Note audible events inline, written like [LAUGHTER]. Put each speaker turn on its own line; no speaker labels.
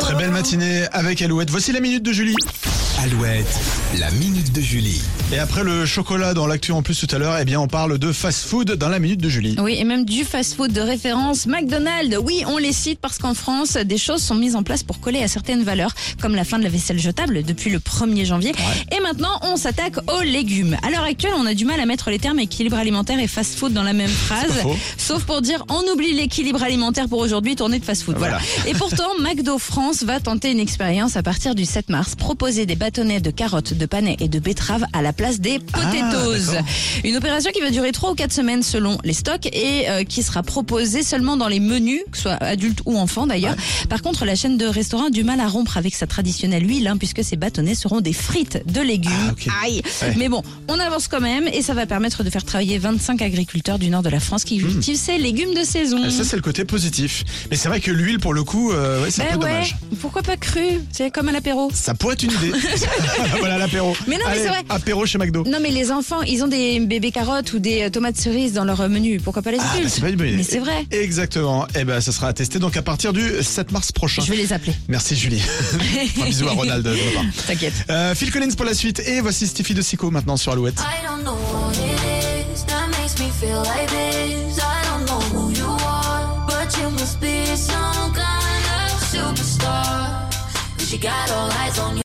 Très belle matinée avec Alouette. Voici la minute de Julie.
Alouette, la minute de Julie.
Et après le chocolat dans l'actu en plus tout à l'heure, eh bien on parle de fast-food dans la minute de Julie.
Oui, et même du fast-food de référence, McDonald's. Oui, on les cite parce qu'en France, des choses sont mises en place pour coller à certaines valeurs, comme la fin de la vaisselle jetable depuis le 1er janvier. Et maintenant, on s'attaque aux légumes. À l'heure actuelle, on a du mal à mettre les termes équilibre alimentaire et fast-food dans la même phrase,
faux.
sauf pour dire on oublie l'équilibre alimentaire pour aujourd'hui, tournée de fast-food.
Ah,
Voilà. Et
[LAUGHS]
pourtant, McDo France va tenter une expérience à partir du 7 mars, proposer des bâtonnets de carottes, de panais et de betteraves à la place des potatoes.
Ah, d'accord.
Une opération qui va durer 3 ou 4 semaines selon les stocks et euh, qui sera proposée seulement dans les menus, que ce soit adultes ou enfants d'ailleurs. Par contre, la chaîne de restaurants a du mal à rompre avec sa traditionnelle huile, hein, puisque ces bâtonnets seront des frites de légumes.
Ah, ok.
Aïe
Ouais.
Mais bon, on avance quand même et ça va permettre de faire travailler 25 agriculteurs du nord de la France qui cultivent ces légumes de saison.
Et ça Hmm. Eh, c'est le côté positif. Mais c'est vrai que l'huile pour le coup, euh, ouais, c'est un
Ben
peu
ouais,
dommage.
pourquoi pas cru C'est comme à l'apéro.
Ça pourrait être une
[LAUGHS]
idée. [LAUGHS] voilà l'apéro.
Mais non, mais
Allez,
c'est vrai. Euh,
Apéro chez McDo.
Non mais les enfants, ils ont des bébés carottes ou des euh, tomates cerises dans leur euh, menu. Pourquoi pas les
Ah,
adultes
bah, c'est pas une bonne idée.
Mais c'est vrai.
Exactement. Et ben ça sera à tester donc à partir du 7 mars prochain.
Je vais les appeler.
Merci
[LAUGHS]
Julie. un bisou à Ronald. je repars.
T'inquiète.
Euh, Phil Collins pour la suite et voici Stéphie de Sico maintenant sur Alouette.
I don't know what it is that makes me feel like this. I don't know who you are, but you must be some kind of superstar. 'Cause you got all eyes on you.